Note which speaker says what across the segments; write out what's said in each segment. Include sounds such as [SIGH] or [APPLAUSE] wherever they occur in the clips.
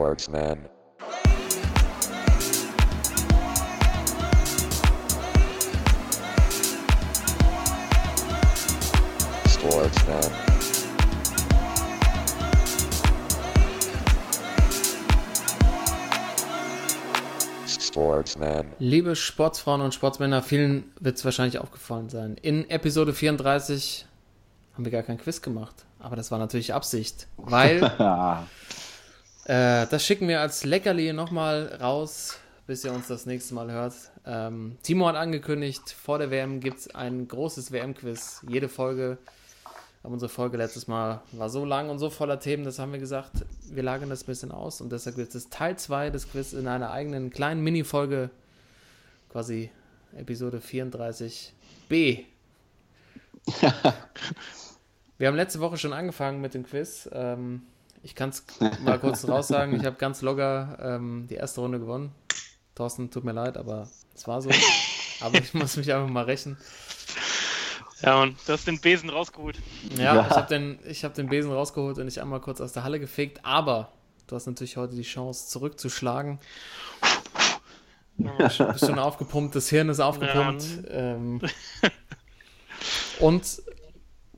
Speaker 1: Sportsman. Sportsman. Sportsman.
Speaker 2: Liebe Sportsfrauen und Sportsmänner, vielen wird es wahrscheinlich aufgefallen sein. In Episode 34 haben wir gar kein Quiz gemacht, aber das war natürlich Absicht, weil Äh, das schicken wir als Leckerli nochmal raus, bis ihr uns das nächste Mal hört. Ähm, Timo hat angekündigt, vor der WM gibt es ein großes WM-Quiz. Jede Folge, aber unsere Folge letztes Mal war so lang und so voller Themen, das haben wir gesagt, wir lagern das ein bisschen aus und deshalb gibt es Teil 2 des Quiz in einer eigenen kleinen Mini-Folge, quasi Episode 34b. wir haben letzte Woche schon angefangen mit dem Quiz. Ähm, ich kann es mal kurz raus sagen. Ich habe ganz locker ähm, die erste Runde gewonnen. Thorsten, tut mir leid, aber es war so. Aber ich muss mich einfach mal rächen.
Speaker 3: Ja, und du hast den Besen rausgeholt.
Speaker 2: Ja,
Speaker 4: Ja.
Speaker 2: ich habe den, ich hab den Besen rausgeholt und dich einmal kurz aus der Halle gefegt. Aber du hast natürlich heute die Chance, zurückzuschlagen.
Speaker 3: Ja,
Speaker 2: Bist schon aufgepumpt, das Hirn ist aufgepumpt. Ähm. Und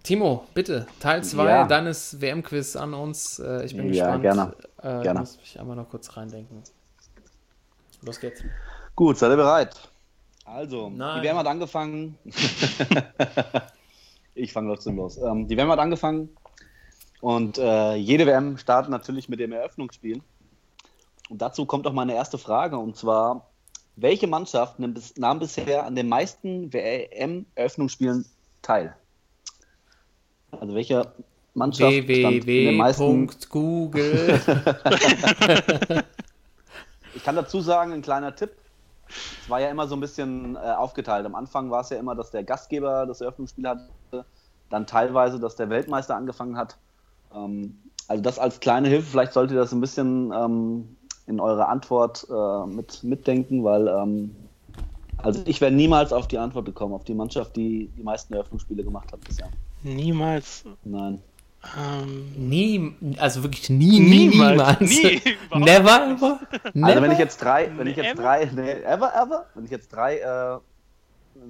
Speaker 2: Timo, bitte, Teil 2
Speaker 4: Ja.
Speaker 2: deines WM-Quiz an uns. Äh, Ich bin
Speaker 4: Ja,
Speaker 2: gespannt.
Speaker 4: gerne.
Speaker 2: Äh,
Speaker 4: Gerne.
Speaker 2: Ich muss mich einmal noch kurz reindenken. Los geht's.
Speaker 4: Gut, seid ihr bereit? Also,
Speaker 2: Nein.
Speaker 4: die WM hat angefangen. [LAUGHS] ich fange trotzdem los. Ähm, die WM hat angefangen und äh, jede WM startet natürlich mit dem Eröffnungsspiel. Und dazu kommt auch meine erste Frage und zwar: Welche Mannschaft nimmt bis, nahm bisher an den meisten WM-Eröffnungsspielen teil? Also, welche Mannschaft stand in den meisten
Speaker 2: www.google.
Speaker 4: Ich kann dazu sagen, ein kleiner Tipp. Es war ja immer so ein bisschen äh, aufgeteilt. Am Anfang war es ja immer, dass der Gastgeber das Eröffnungsspiel hatte, dann teilweise, dass der Weltmeister angefangen hat. Ähm, also das als kleine Hilfe, vielleicht solltet ihr das ein bisschen ähm, in eure Antwort äh, mit, mitdenken, weil ähm, also ich wäre niemals auf die Antwort gekommen, auf die Mannschaft, die die meisten Eröffnungsspiele gemacht hat bisher.
Speaker 3: Niemals.
Speaker 4: Nein.
Speaker 3: Ähm,
Speaker 2: nie, also wirklich nie, nie, niemals.
Speaker 3: Niemals. Nie,
Speaker 2: [LAUGHS]
Speaker 3: überhaupt
Speaker 2: Never, ever. Never.
Speaker 4: Also wenn ich jetzt drei, wenn ich
Speaker 3: Nee,
Speaker 4: jetzt
Speaker 3: ever?
Speaker 4: drei, nee, ever, ever, wenn ich jetzt drei äh,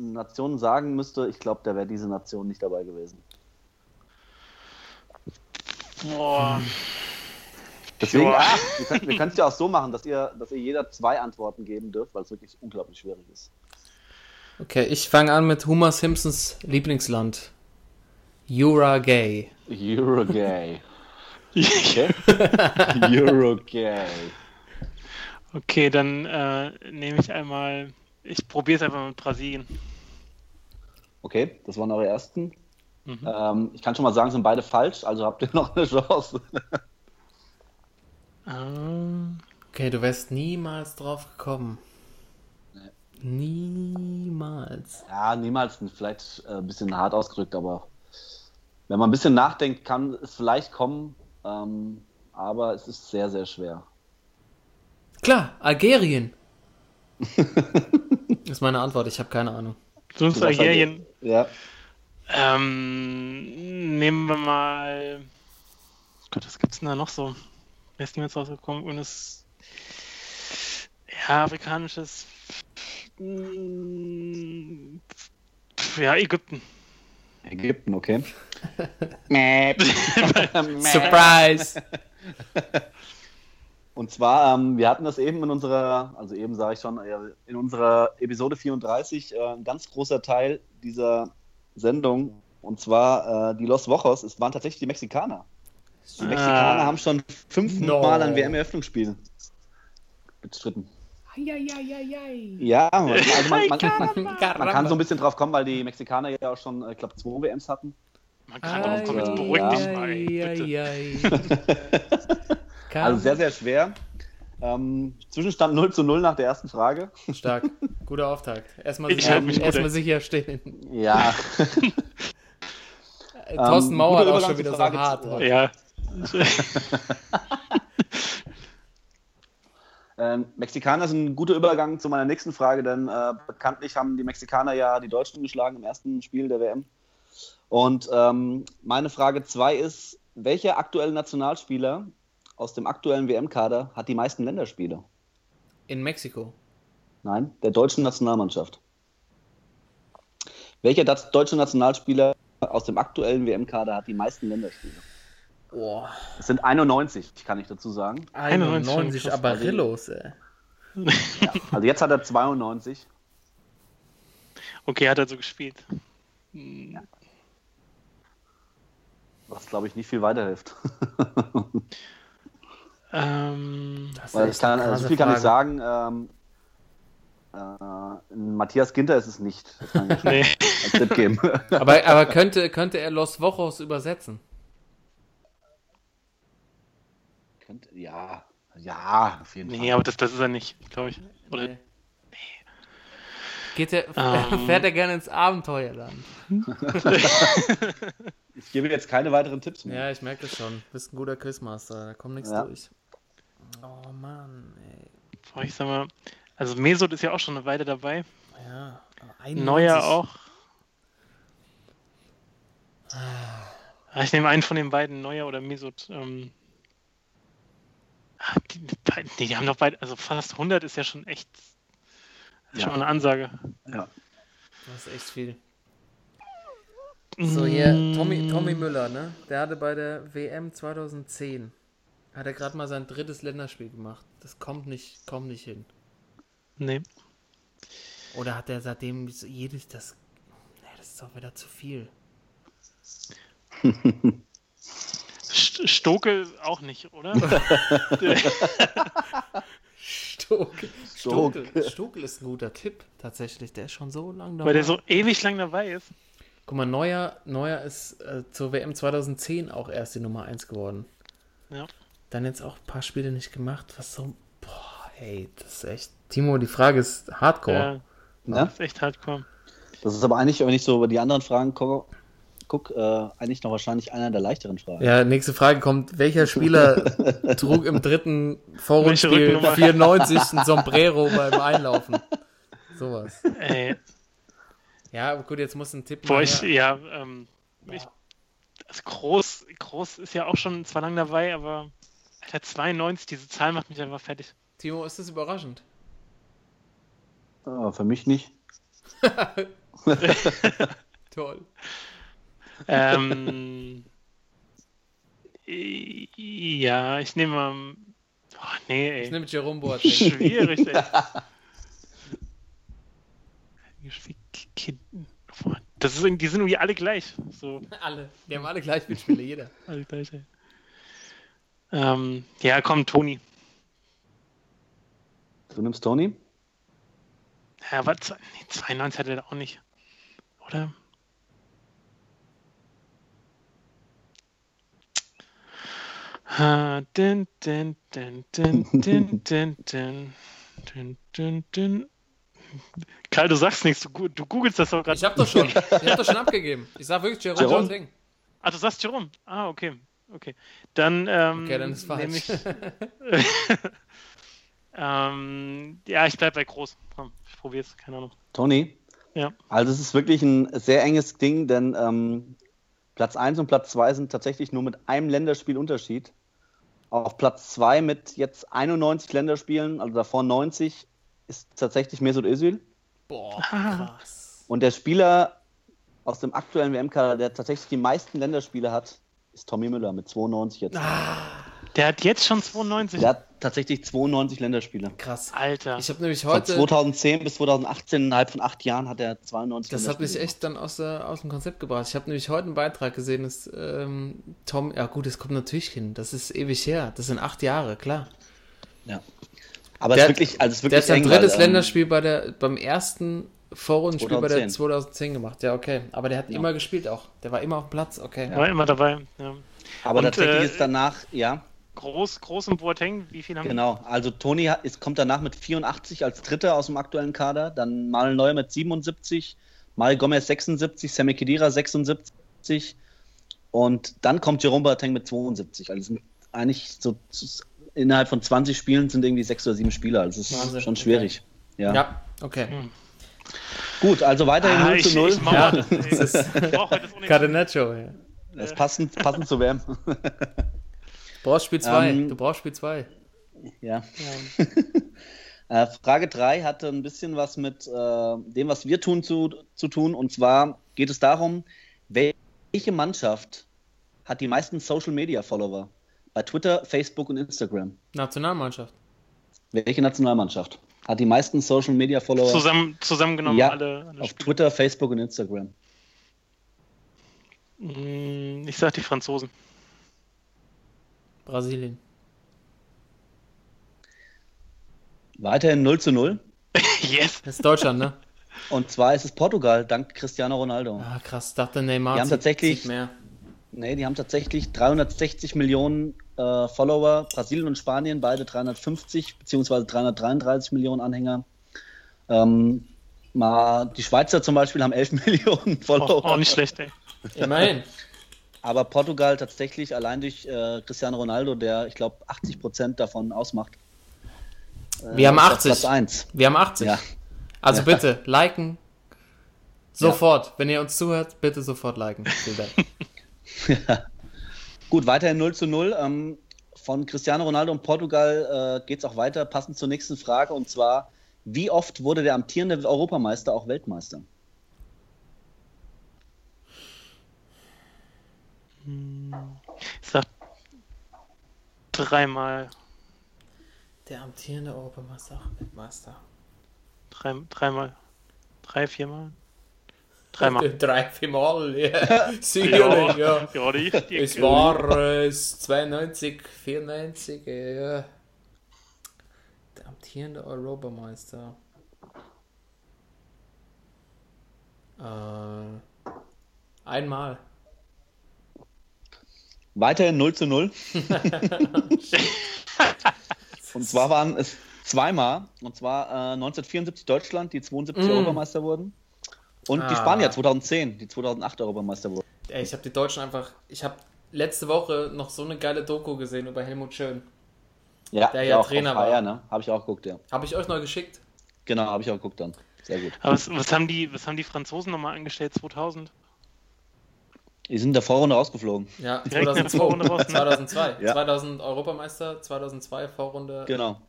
Speaker 4: Nationen sagen müsste, ich glaube, da wäre diese Nation nicht dabei gewesen.
Speaker 3: boah.
Speaker 4: Deswegen,
Speaker 3: Joa.
Speaker 4: ah, wir können- wir können es ja auch so machen, dass ihr, dass ihr jeder zwei Antworten geben dürft, weil es wirklich unglaublich schwierig ist.
Speaker 2: okay, ich fange an mit Homer Simpsons Lieblingsland. Uragay.
Speaker 4: Eurogay. Okay. Eurogay.
Speaker 3: Okay, dann äh, nehme ich einmal. Ich probiere es einfach mit Brasilien.
Speaker 4: Okay, das waren eure ersten.
Speaker 3: Mhm.
Speaker 4: Ähm, ich kann schon mal sagen, sind beide falsch, also habt ihr noch eine Chance.
Speaker 3: Ähm,
Speaker 2: Okay, du wärst niemals drauf gekommen. Niemals.
Speaker 4: Ja, niemals. Vielleicht äh, ein bisschen hart ausgedrückt, aber wenn man ein bisschen nachdenkt, kann es vielleicht kommen. Ähm, aber es ist sehr, sehr schwer.
Speaker 2: Klar,
Speaker 4: [LAUGHS]
Speaker 2: Algerien. ist meine Antwort, ich habe keine Ahnung.
Speaker 3: sonst Algerien.
Speaker 4: Ja.
Speaker 3: Ähm, nehmen wir mal. Gott, was gibt's denn da noch so? Wer ist denn jetzt rausgekommen? Und es. Ja, afrikanisches. Mm, Ja, Ägypten.
Speaker 4: Ägypten, okay. [LAUGHS]
Speaker 2: Surprise!
Speaker 4: Und zwar, ähm, wir hatten das eben in unserer, also eben sage ich schon, äh, in unserer Episode 34, äh, ein ganz großer Teil dieser Sendung. Und zwar äh, die Los Wochos, es waren tatsächlich die Mexikaner. Die Mexikaner
Speaker 3: Ah.
Speaker 4: haben schon
Speaker 2: No.
Speaker 4: fünfmal ein WM-Eröffnungsspiel bestritten.
Speaker 2: Eieieiei.
Speaker 4: Ja, man, also man, man, man, man kann
Speaker 2: Caramba.
Speaker 4: so ein bisschen drauf kommen, weil die Mexikaner ja auch schon, äh, ich glaube, zwei WMs hatten.
Speaker 3: Man kann drauf kommen, jetzt
Speaker 4: Ei,
Speaker 3: beruhig dich mal. ey, bitte.
Speaker 2: Bitte.
Speaker 4: [LAUGHS] Also sehr, sehr schwer. Ähm, Zwischenstand 0 zu 0 nach der ersten Frage.
Speaker 2: stark. Guter Auftakt. Erstmal
Speaker 3: Ich
Speaker 2: sicher,
Speaker 3: hab mich
Speaker 2: erstmal
Speaker 3: gut-
Speaker 2: sicher stehen.
Speaker 4: Ja,
Speaker 2: Äh, Thorsten Mauer hat
Speaker 4: guter
Speaker 2: auch
Speaker 4: Übergang
Speaker 2: schon wieder
Speaker 4: Ähm,
Speaker 2: so hart.
Speaker 4: zur Frage zu-
Speaker 2: heute.
Speaker 3: Ja.
Speaker 4: Ähm, Mexikaner sind ein guter Übergang zu meiner nächsten Frage, denn äh, bekanntlich haben die Mexikaner ja die Deutschen geschlagen im ersten Spiel der WM. Und ähm, meine Frage 2 ist, welcher aktuelle Nationalspieler aus dem aktuellen WM-Kader hat die meisten Länderspiele?
Speaker 2: In Mexiko.
Speaker 4: Nein, der deutschen Nationalmannschaft. Welcher dat- deutsche Nationalspieler aus dem aktuellen WM-Kader hat die meisten Länderspiele?
Speaker 2: Boah.
Speaker 4: Es sind 91, kann ich dazu sagen.
Speaker 2: 91,
Speaker 3: 91,
Speaker 2: 91
Speaker 3: krass.
Speaker 2: aber Rillos, ey.
Speaker 4: Ja. Also jetzt hat er 92.
Speaker 3: Okay, hat er so gespielt. Hm,
Speaker 4: Was, glaube ich, nicht viel weiterhilft. [LAUGHS]
Speaker 2: [LAUGHS]
Speaker 3: Ähm,
Speaker 2: Das ist
Speaker 4: Weil ich
Speaker 2: echt
Speaker 4: kann,
Speaker 2: eine
Speaker 4: also so
Speaker 2: krasse
Speaker 4: viel kann ich
Speaker 2: Frage.
Speaker 4: sagen. Ähm, äh, Matthias Ginter ist es nicht. Das
Speaker 3: [LAUGHS]
Speaker 4: kann ich
Speaker 3: nee.
Speaker 4: als Tipp [LAUGHS] geben.
Speaker 2: Aber, aber könnte, könnte er Los Vojos übersetzen?
Speaker 4: Könnte- ja, ja, auf jeden Fall.
Speaker 3: nee, aber das, das ist er nicht, glaube ich. Oder,
Speaker 2: Nee. Geht er, [LAUGHS]
Speaker 3: Ähm.
Speaker 2: Fährt er gerne ins Abenteuerland?
Speaker 4: Ich gebe jetzt keine weiteren Tipps mehr.
Speaker 2: Ja, ich merke das schon. Bist ein guter Quizmaster, da kommt nichts
Speaker 4: Ja.
Speaker 2: durch. Oh Mann, ey.
Speaker 3: boah, ich sag mal, also Mesut ist ja auch schon eine Weile dabei.
Speaker 2: Ja, aber 91.
Speaker 3: Neuer auch. Ah, Ich nehme einen von den beiden, Neuer oder Mesut. Ähm, ah, die, die, beiden- nee, die haben doch beide, also fast 100 ist ja schon echt ist
Speaker 4: Ja.
Speaker 3: schon mal eine Ansage.
Speaker 4: Ja.
Speaker 2: Das ist echt viel. So, hier,
Speaker 3: Mm,
Speaker 2: Tommy, Tommy Müller, ne? Der hatte bei der WM 2010, hat er gerade mal sein drittes Länderspiel gemacht. Das kommt nicht, kommt nicht hin.
Speaker 3: Nee.
Speaker 2: Oder hat er seitdem so jedes, das, nee, das ist doch wieder zu viel.
Speaker 3: St- Stokel auch nicht, oder?
Speaker 2: [LAUGHS] Stokel.
Speaker 4: Stokel.
Speaker 2: Stokel. Stokel ist ein guter Tipp, tatsächlich. Der ist schon so lange dabei.
Speaker 3: Weil der so ewig lang dabei ist.
Speaker 2: Guck mal, Neuer, Neuer ist äh, zur WM 2010 auch erst die Nummer 1 geworden.
Speaker 3: Ja.
Speaker 2: Dann jetzt auch ein paar Spiele nicht gemacht. Was so. Boah, ey, das ist echt. Timo, die Frage ist hardcore.
Speaker 3: Ja,
Speaker 4: Ja?
Speaker 3: das Äh, ist echt hardcore.
Speaker 4: Das ist aber eigentlich, wenn ich so über die anderen Fragen ko- guck, äh, eigentlich noch wahrscheinlich einer der leichteren Fragen.
Speaker 2: Ja, nächste Frage kommt. Welcher Spieler trug im dritten
Speaker 3: Welche
Speaker 2: Vorrundenspiel
Speaker 3: Rückennummer?
Speaker 2: 94
Speaker 3: [LAUGHS]
Speaker 2: ein Sombrero beim Einlaufen? Sowas.
Speaker 3: Ey,
Speaker 2: Ja, aber gut, jetzt muss ein Tipp
Speaker 3: boah,
Speaker 2: mal
Speaker 3: ich,
Speaker 2: her.
Speaker 3: ja, ähm, ich, also groß, groß ist ja auch schon zwar lang dabei, aber Alter, 92, diese Zahl macht mich einfach fertig.
Speaker 2: Timo, ist das überraschend?
Speaker 4: Äh, für mich nicht.
Speaker 2: Toll.
Speaker 3: Ähm, [LAUGHS] i- ja, ich nehme mal. Oh, nee, ey.
Speaker 2: Ich nehme Jerome Boateng.
Speaker 3: [LAUGHS] Schwierig, [LAUGHS] ey. Gespielt- Kind- Boah, Das ist, irgendwie- die sind irgendwie alle gleich. So,
Speaker 2: [LAUGHS] alle. Die haben alle gleich viel Spiele, jeder.
Speaker 3: alle gleich, ey. Ähm, ja, komm, Toni.
Speaker 4: Du nimmst Tony?
Speaker 3: Ja, aber zwei- nee, 92 hat er da auch nicht. Oder? Ah, din, din, din, din,
Speaker 4: [LAUGHS]
Speaker 3: din, din, din, din, din, din. Karl, du sagst nichts, du, gu- du googelst das doch
Speaker 2: Ich
Speaker 3: gerade.
Speaker 2: hab doch schon.
Speaker 3: [LAUGHS]
Speaker 2: Ich hab doch schon abgegeben. Ich sag wirklich Jerome,
Speaker 4: Jerome?
Speaker 2: Boateng.
Speaker 3: Ah, du sagst Jerome. Ah, okay. Okay. Dann, ähm,
Speaker 2: Okay, dann ist
Speaker 3: nehm
Speaker 2: falsch.
Speaker 3: ich, [LAUGHS] ähm, ja, ich bleib bei groß. Komm, ich probier's, keine Ahnung.
Speaker 4: Tony?
Speaker 3: Ja.
Speaker 4: Also es ist wirklich ein sehr enges Ding, denn ähm, Platz 1 und Platz 2 sind tatsächlich nur mit einem Länderspielunterschied. Auf Platz 2 mit jetzt 91 Länderspielen, also davor 90, ist tatsächlich Mesut Özil.
Speaker 2: Boah, krass.
Speaker 4: Und der Spieler aus dem aktuellen WM-Kader, der tatsächlich die meisten Länderspiele hat, ist Tommy Müller mit 92 jetzt.
Speaker 2: Ah,
Speaker 3: Der hat jetzt schon 92.
Speaker 4: Der hat tatsächlich 92 Länderspiele.
Speaker 2: Krass.
Speaker 3: Alter.
Speaker 2: Ich habe nämlich
Speaker 4: Von
Speaker 2: heute,
Speaker 4: 2010 bis 2018, innerhalb von acht Jahren, hat er 92
Speaker 2: das hat mich
Speaker 4: Länderspiele
Speaker 2: echt dann aus, der, aus dem Konzept gebracht. Ich habe nämlich heute einen Beitrag gesehen, dass ähm, Tom, ja gut, das kommt natürlich hin. Das ist ewig her. Das sind acht Jahre, klar.
Speaker 4: Ja. Aber
Speaker 2: Der-
Speaker 4: es ist wirklich, also es ist
Speaker 2: Der
Speaker 4: wirklich
Speaker 2: hat sein
Speaker 4: eng,
Speaker 2: drittes
Speaker 4: weil, ähm,
Speaker 2: Länderspiel bei der, beim ersten Vorrundenspiel bei der
Speaker 4: 2010.
Speaker 2: 2010 gemacht. Ja, okay. Aber der hat immer gespielt auch. Der war immer auf dem Platz. Okay.
Speaker 3: War immer dabei. Ja.
Speaker 4: Aber
Speaker 3: Und,
Speaker 4: tatsächlich
Speaker 3: äh,
Speaker 4: ist danach, ja,
Speaker 3: Groß, groß im Boateng, wie viel haben
Speaker 4: genau. Also Toni hat- ist, kommt danach mit 84 als Dritter aus dem aktuellen Kader, dann Mal Neuer mit 77, Mal Gomez 76, Sammy Kedira 76 und dann kommt Jerome Boateng mit 72. Also es sind eigentlich so z- innerhalb von 20 Spielen sind irgendwie sechs oder sieben Spieler. Also es ist
Speaker 2: Wahnsinn,
Speaker 4: schon schwierig. Ja.
Speaker 2: Ja, okay.
Speaker 4: Gut, also weiterhin
Speaker 3: Ah,
Speaker 4: 0
Speaker 3: ich,
Speaker 4: zu 0.
Speaker 3: ich mauer
Speaker 2: Ja,
Speaker 3: das, ey. [LAUGHS]
Speaker 2: das ist
Speaker 3: Ich brauche das ohne.
Speaker 2: Catenaccio, ja.
Speaker 4: Das ist passend, passend zu WM.
Speaker 2: Du brauchst Spiel 2.
Speaker 4: Ähm,
Speaker 2: du brauchst Spiel 2.
Speaker 4: [LAUGHS] Ja.
Speaker 3: Ja.
Speaker 4: Äh, Frage 3 hatte ein bisschen was mit äh, dem, was wir tun, zu, zu tun. Und zwar geht es darum, welche Mannschaft hat die meisten Social Media Follower? Bei Twitter, Facebook und Instagram.
Speaker 2: Nationalmannschaft.
Speaker 4: Welche Nationalmannschaft hat die meisten Social Media Follower
Speaker 3: Zusammen, zusammengenommen
Speaker 4: Ja,
Speaker 3: alle, alle
Speaker 4: auf
Speaker 3: Spiele.
Speaker 4: Twitter, Facebook und Instagram?
Speaker 3: Mm, Ich sag die Franzosen. [LAUGHS]
Speaker 2: Brasilien.
Speaker 4: Weiterhin 0 zu 0.
Speaker 3: yes!
Speaker 2: Das ist Deutschland,
Speaker 4: [LAUGHS]
Speaker 2: ne?
Speaker 4: Und zwar ist es Portugal, dank Cristiano Ronaldo.
Speaker 2: Ah, krass. Dachte Neymar.
Speaker 4: Die haben
Speaker 2: zieht-
Speaker 4: tatsächlich-
Speaker 2: zieht mehr.
Speaker 4: Nee, die haben tatsächlich 360 Millionen äh, Follower. Brasilien und Spanien beide 350 bzw. 333 Millionen Anhänger. Ähm, mal, die Schweizer zum Beispiel haben 11 [LAUGHS] Millionen Follower.
Speaker 3: Auch, auch Oh, nicht schlecht, ey.
Speaker 2: Immerhin.
Speaker 4: Aber Portugal tatsächlich allein durch äh, Cristiano Ronaldo, der ich glaube 80 Prozent davon ausmacht. Äh,
Speaker 2: Wir haben
Speaker 4: ist auf
Speaker 2: 80.
Speaker 4: Platz 1.
Speaker 2: Wir haben 80.
Speaker 4: Ja.
Speaker 2: Also
Speaker 4: Ja.
Speaker 2: bitte, liken. Sofort. Wenn ihr uns zuhört, bitte sofort liken. Vielen Dank.
Speaker 4: Gut, weiterhin 0 zu 0. Ähm, von Cristiano Ronaldo und Portugal äh, geht es auch weiter, passend zur nächsten Frage. Und zwar, wie oft wurde der amtierende Europameister auch Weltmeister?
Speaker 3: Ich sag dreimal.
Speaker 2: Der amtierende Europameister. Weltmeister.
Speaker 3: Drei, dreimal. Drei, viermal.
Speaker 2: [LAUGHS]
Speaker 3: Dreimal.
Speaker 2: Drei, viermal. [LAUGHS] Ja. Sicherlich, ja.
Speaker 3: Ja, ja, die, die
Speaker 2: Es war äh, 92, 94, äh, der amtierende Europameister. Äh, einmal.
Speaker 4: Weiterhin 0
Speaker 2: [LAUGHS]
Speaker 4: zu 0. und zwar waren es zweimal. Und zwar äh, 1974 Deutschland, die 72
Speaker 2: Mm.
Speaker 4: Europameister wurden. Und
Speaker 2: Ah.
Speaker 4: die Spanier 2010, die 2008 Europameister wurden.
Speaker 2: Ey, ich habe die Deutschen einfach. Ich habe letzte Woche noch so eine geile Doku gesehen über Helmut Schön.
Speaker 4: Ja,
Speaker 2: Der
Speaker 4: ist
Speaker 2: ja
Speaker 4: auch auf
Speaker 2: Trainer
Speaker 4: HR,
Speaker 2: war.
Speaker 4: Ne? Habe ich auch geguckt, ja.
Speaker 2: Habe ich euch neu geschickt?
Speaker 4: Genau, habe ich auch geguckt dann. Sehr gut.
Speaker 3: Aber was, was, haben die, was haben die Franzosen nochmal angestellt 2000?
Speaker 4: Die sind in der Vorrunde rausgeflogen.
Speaker 2: Ja,
Speaker 3: Direkt in der Vorrunde
Speaker 2: 2002.
Speaker 3: raus, ne?
Speaker 2: 2002.
Speaker 4: Ja.
Speaker 2: 2000 Europameister, 2002 Vorrunde
Speaker 4: Genau.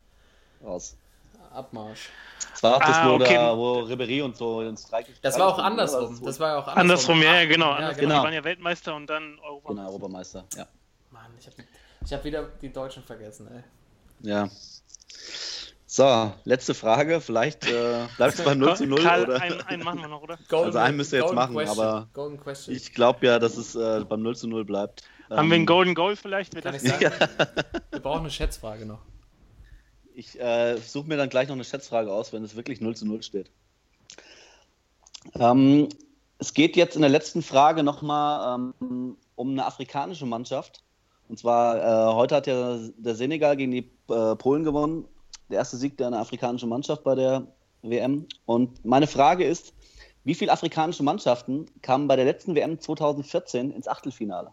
Speaker 4: Raus.
Speaker 2: Abmarsch.
Speaker 4: Das war auch das,
Speaker 3: Ah,
Speaker 4: wo,
Speaker 3: okay.
Speaker 4: da, wo Ribery und so den Streik ne?
Speaker 2: Das war auch andersrum. Das war ja auch
Speaker 3: Andersrum, ja, ja, genau.
Speaker 2: Ja,
Speaker 3: Andersrum.
Speaker 4: genau.
Speaker 3: Die waren ja Weltmeister und dann Europa.
Speaker 4: genau, Europameister, ja.
Speaker 2: Mann, ich habe ich hab wieder die Deutschen vergessen, ey.
Speaker 4: Also ja. So, letzte Frage. Vielleicht äh, bleibt es
Speaker 3: [LAUGHS]
Speaker 4: bei 0 zu 0.
Speaker 3: Karl,
Speaker 4: oder?
Speaker 3: einen, einen machen wir
Speaker 4: [LAUGHS]
Speaker 3: noch, oder?
Speaker 4: Also einen müsst ihr jetzt machen,
Speaker 2: question,
Speaker 4: aber
Speaker 2: Golden Question.
Speaker 4: Ich glaube ja, dass es äh, beim 0 zu 0 bleibt. Ähm,
Speaker 3: Haben wir einen
Speaker 4: Goal?
Speaker 3: Golden Goal vielleicht? Wir
Speaker 2: Kann
Speaker 4: [LAUGHS]
Speaker 2: ich
Speaker 3: lassen-
Speaker 2: sagen? Wir brauchen eine Schätzfrage noch.
Speaker 4: Ich äh, suche mir dann gleich noch eine Schätzfrage aus, wenn es wirklich 0 zu 0 steht. Ähm, es geht jetzt in der letzten Frage nochmal ähm, um eine afrikanische Mannschaft. Und zwar, äh, heute hat ja der Senegal gegen die äh, Polen gewonnen. Der erste Sieg der einer afrikanischen Mannschaft bei der WM. Und meine Frage ist, wie viele afrikanische Mannschaften kamen bei der letzten WM 2014 ins Achtelfinale?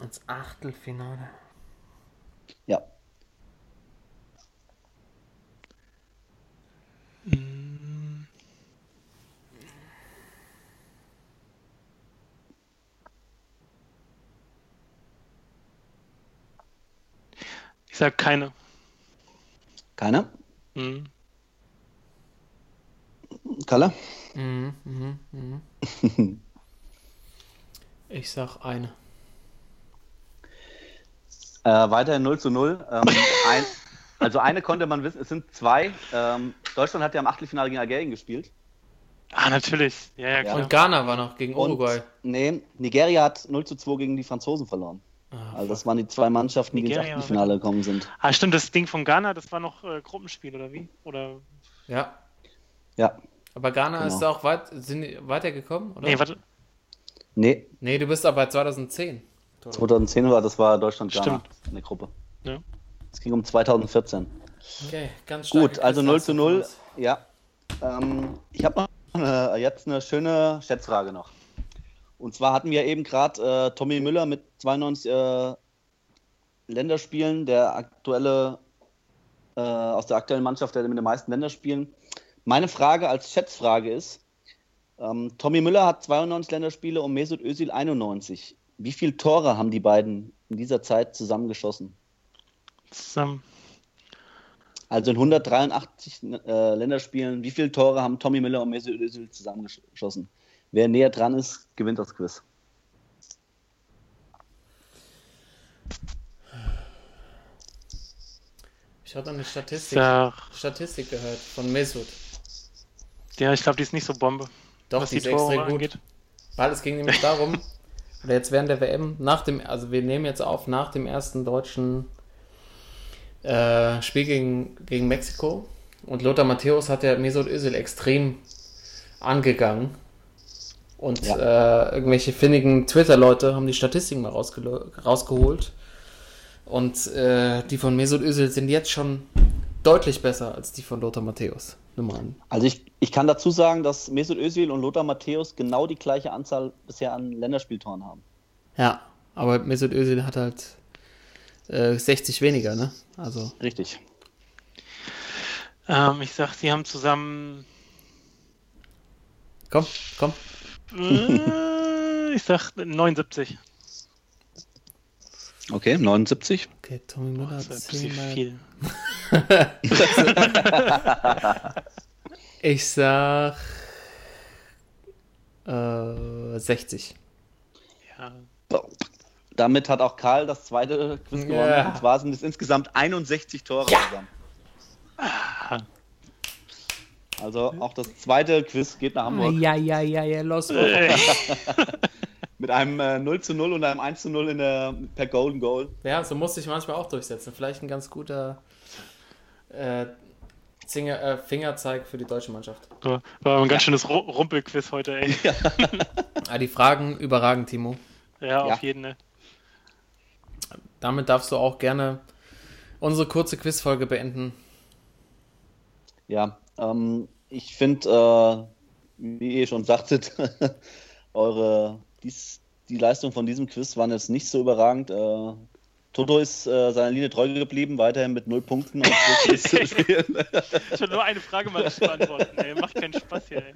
Speaker 2: Ins Achtelfinale.
Speaker 4: Ja,
Speaker 3: Ich sag keine.
Speaker 4: keiner?
Speaker 3: Hm.
Speaker 4: Kalle?
Speaker 2: Mhm, mhm, mhm.
Speaker 4: [LAUGHS]
Speaker 2: Ich sag eine.
Speaker 4: Äh, weiterhin 0 zu 0. Ähm, ein, also eine konnte man wissen, es sind zwei. Ähm, Deutschland hat ja im Achtelfinale gegen Algerien gespielt.
Speaker 3: Ah, natürlich. Ja, ja, klar.
Speaker 2: Und Ghana war noch gegen Uruguay.
Speaker 4: Nee, Nigeria hat 0 zu 2 gegen die Franzosen verloren.
Speaker 2: Ah,
Speaker 4: Also das waren die zwei Mannschaften, die ins
Speaker 3: Nigeria,
Speaker 4: Achtelfinale gekommen sind.
Speaker 3: Ah, stimmt, das Ding von Ghana, das war noch äh, Gruppenspiel, oder wie? Oder.
Speaker 2: ja.
Speaker 4: Ja.
Speaker 2: Aber Ghana
Speaker 4: Genau.
Speaker 2: ist da auch weit, sind die weitergekommen, oder?
Speaker 3: Nee, warte.
Speaker 4: Nee,
Speaker 2: Nee, du bist aber 2010.
Speaker 4: 2010 war das war Deutschland Ghana
Speaker 3: Stimmt.
Speaker 4: in der Gruppe.
Speaker 3: Ja.
Speaker 4: Es ging um 2014.
Speaker 2: Okay, ganz stark.
Speaker 4: Gut, also 0 zu 0. Ja. Ähm, ich habe noch eine, äh, jetzt eine schöne Schätzfrage noch. Und zwar hatten wir eben gerade äh, Tommy Müller mit 92 äh, Länderspielen, der aktuelle, äh, aus der aktuellen Mannschaft, der mit den meisten Länderspielen. Meine Frage als Schätzfrage ist, Ähm, Tommy Müller hat 92 Länderspiele und Mesut Özil 91. Wie viele Tore haben die beiden in dieser Zeit zusammengeschossen?
Speaker 3: Zusammen.
Speaker 4: Also in 183 äh, Länderspielen, wie viele Tore haben Tommy Müller und Mesut Özil zusammengeschossen? Wer näher dran ist, gewinnt das Quiz.
Speaker 2: Ich hatte eine Statistik,
Speaker 3: Sag,
Speaker 2: Statistik gehört von Mesut.
Speaker 3: ja, ich glaube, die ist nicht so Bombe.
Speaker 2: Doch,
Speaker 3: was
Speaker 2: die
Speaker 3: die
Speaker 2: ist extrem
Speaker 3: Tore
Speaker 2: gut.
Speaker 3: angeht.
Speaker 2: Weil es ging nämlich darum, oder jetzt während der WM, nach dem, also wir nehmen jetzt auf, nach dem ersten deutschen äh, Spiel gegen, gegen Mexiko. Und Lothar Matthäus hat ja Mesut Özil extrem angegangen. Und äh, irgendwelche finnigen Twitter-Leute haben die Statistiken mal rausgelo- rausgeholt. Und äh, die von Mesut Özil sind jetzt schon deutlich besser als die von Lothar Matthäus. Nummer an.
Speaker 4: Also ich, ich kann dazu sagen, dass Mesut Özil und Lothar Matthäus genau die gleiche Anzahl bisher an Länderspieltoren haben.
Speaker 2: Ja, aber Mesut Özil hat halt äh, 60 weniger, ne? Also
Speaker 4: Richtig.
Speaker 3: Ähm, ich sag, sie haben zusammen.
Speaker 2: komm, komm.
Speaker 3: Äh, [LAUGHS] ich sag 79.
Speaker 4: Okay, 79.
Speaker 2: Okay, Tommy Müller hat
Speaker 3: Das ist ein bisschen
Speaker 2: 10 mal.
Speaker 3: viel.
Speaker 2: Ich sag äh, 60.
Speaker 3: Ja.
Speaker 4: Damit hat auch Karl das zweite Quiz
Speaker 2: Ja.
Speaker 4: gewonnen. Und zwar sind es insgesamt 61 Tore zusammen. Also auch das zweite Quiz geht nach Hamburg.
Speaker 2: Ja, ja, ja, ja, los.
Speaker 3: Äh.
Speaker 4: Mit einem äh, 0 zu 0 und einem 1 zu 0 in der, per Golden Goal.
Speaker 2: Ja, so muss ich manchmal auch durchsetzen. Vielleicht ein ganz guter äh, Zinger, äh, Fingerzeig für die deutsche Mannschaft.
Speaker 3: War war ein ganz schönes Ru- Rumpelquiz heute,
Speaker 2: [LAUGHS]
Speaker 3: ey.
Speaker 2: Ah, die Fragen überragend, Timo.
Speaker 3: Ja,
Speaker 4: Ja.
Speaker 3: auf jeden ne. Fall.
Speaker 2: Damit darfst du auch gerne unsere kurze Quizfolge beenden.
Speaker 4: Ja, ähm, ich finde, äh, wie ihr schon sagtet, [LAUGHS] eure, dies, die Leistung von diesem Quiz waren jetzt nicht so überragend. Äh, Toto ist äh, seiner Linie treu geblieben, weiterhin mit null Punkten und Quiz ist zu spielen.
Speaker 3: Ich will nur eine Frage mal richtig beantworten, ey. Macht keinen Spaß hier, ey.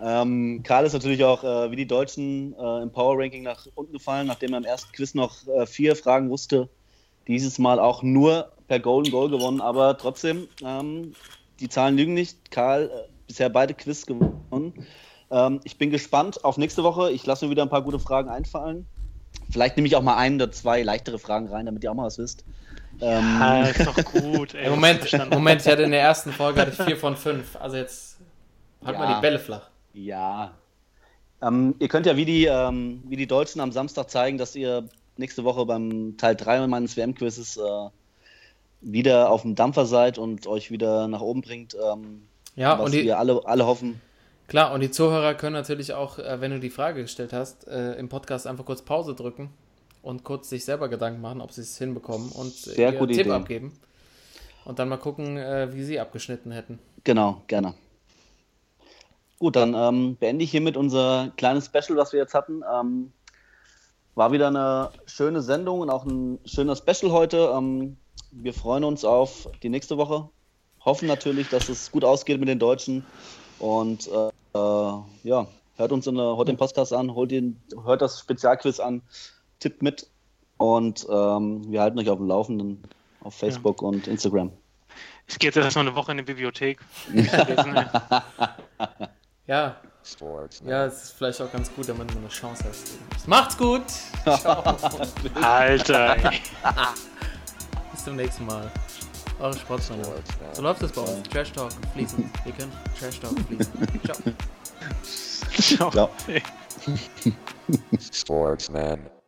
Speaker 4: ähm, Karl ist natürlich auch äh, wie die Deutschen äh, im Power Ranking nach unten gefallen, nachdem er im ersten Quiz noch äh, vier Fragen wusste. Dieses Mal auch nur per Golden Goal gewonnen, aber trotzdem, ähm, die Zahlen lügen nicht. Karl, äh, bisher beide Quiz gewonnen. Ähm, ich bin gespannt auf nächste Woche. Ich lasse mir wieder ein paar gute Fragen einfallen. Vielleicht nehme ich auch mal ein oder zwei leichtere Fragen rein, damit ihr auch mal was wisst. Ähm,
Speaker 3: Ah, ist doch gut, ey.
Speaker 2: Ey, Moment, Moment, ich hatte in der ersten Folge hatte ich 4 von 5. Also jetzt halt mal
Speaker 4: Ja.
Speaker 2: die Bälle flach.
Speaker 4: Ja. Ähm, ihr könnt ja wie die, ähm, wie die Deutschen am Samstag zeigen, dass ihr nächste Woche beim Teil 3 meines WM-Quizzes äh, wieder auf dem Dampfer seid und euch wieder nach oben bringt, ähm,
Speaker 2: Ja,
Speaker 4: was
Speaker 2: und die,
Speaker 4: wir alle, alle hoffen.
Speaker 2: klar, und die Zuhörer können natürlich auch, äh, wenn du die Frage gestellt hast, äh, im Podcast einfach kurz Pause drücken und kurz sich selber Gedanken machen, ob sie es hinbekommen und
Speaker 4: Sehr
Speaker 2: ihren
Speaker 4: gute
Speaker 2: Tipp
Speaker 4: Idee.
Speaker 2: abgeben. Und dann mal gucken, äh, wie sie abgeschnitten hätten.
Speaker 4: Genau, gerne. Gut, dann ähm, beende ich hiermit unser kleines Special, was wir jetzt hatten. Ähm, war wieder eine schöne Sendung und auch ein schöner Special heute. Ähm, wir freuen uns auf die nächste Woche. Hoffen natürlich, dass es gut ausgeht mit den Deutschen. Und äh, äh, ja, hört uns in der, heute den Podcast an, holt den, hört das Spezialquiz an, tippt mit. Und ähm, wir halten euch auf dem Laufenden auf Facebook und Instagram.
Speaker 3: Ich gehe jetzt erstmal eine Woche in die Bibliothek. Lesen, ey.
Speaker 2: Ja,
Speaker 1: Sportsnet.
Speaker 2: ja, es ist vielleicht auch ganz gut, damit man eine Chance hat. Macht's [LAUGHS] gut! Ciao!
Speaker 3: Alter, ey.
Speaker 2: Bis zum nächsten Mal. Eure Sportsnummer.
Speaker 1: Sportsnet.
Speaker 2: So läuft das bei uns. Trash Talk fließen. Wir können Trash Talk fließen. Ciao.
Speaker 3: Ciao.
Speaker 4: Ciao.
Speaker 3: Ey.
Speaker 1: Sportsman.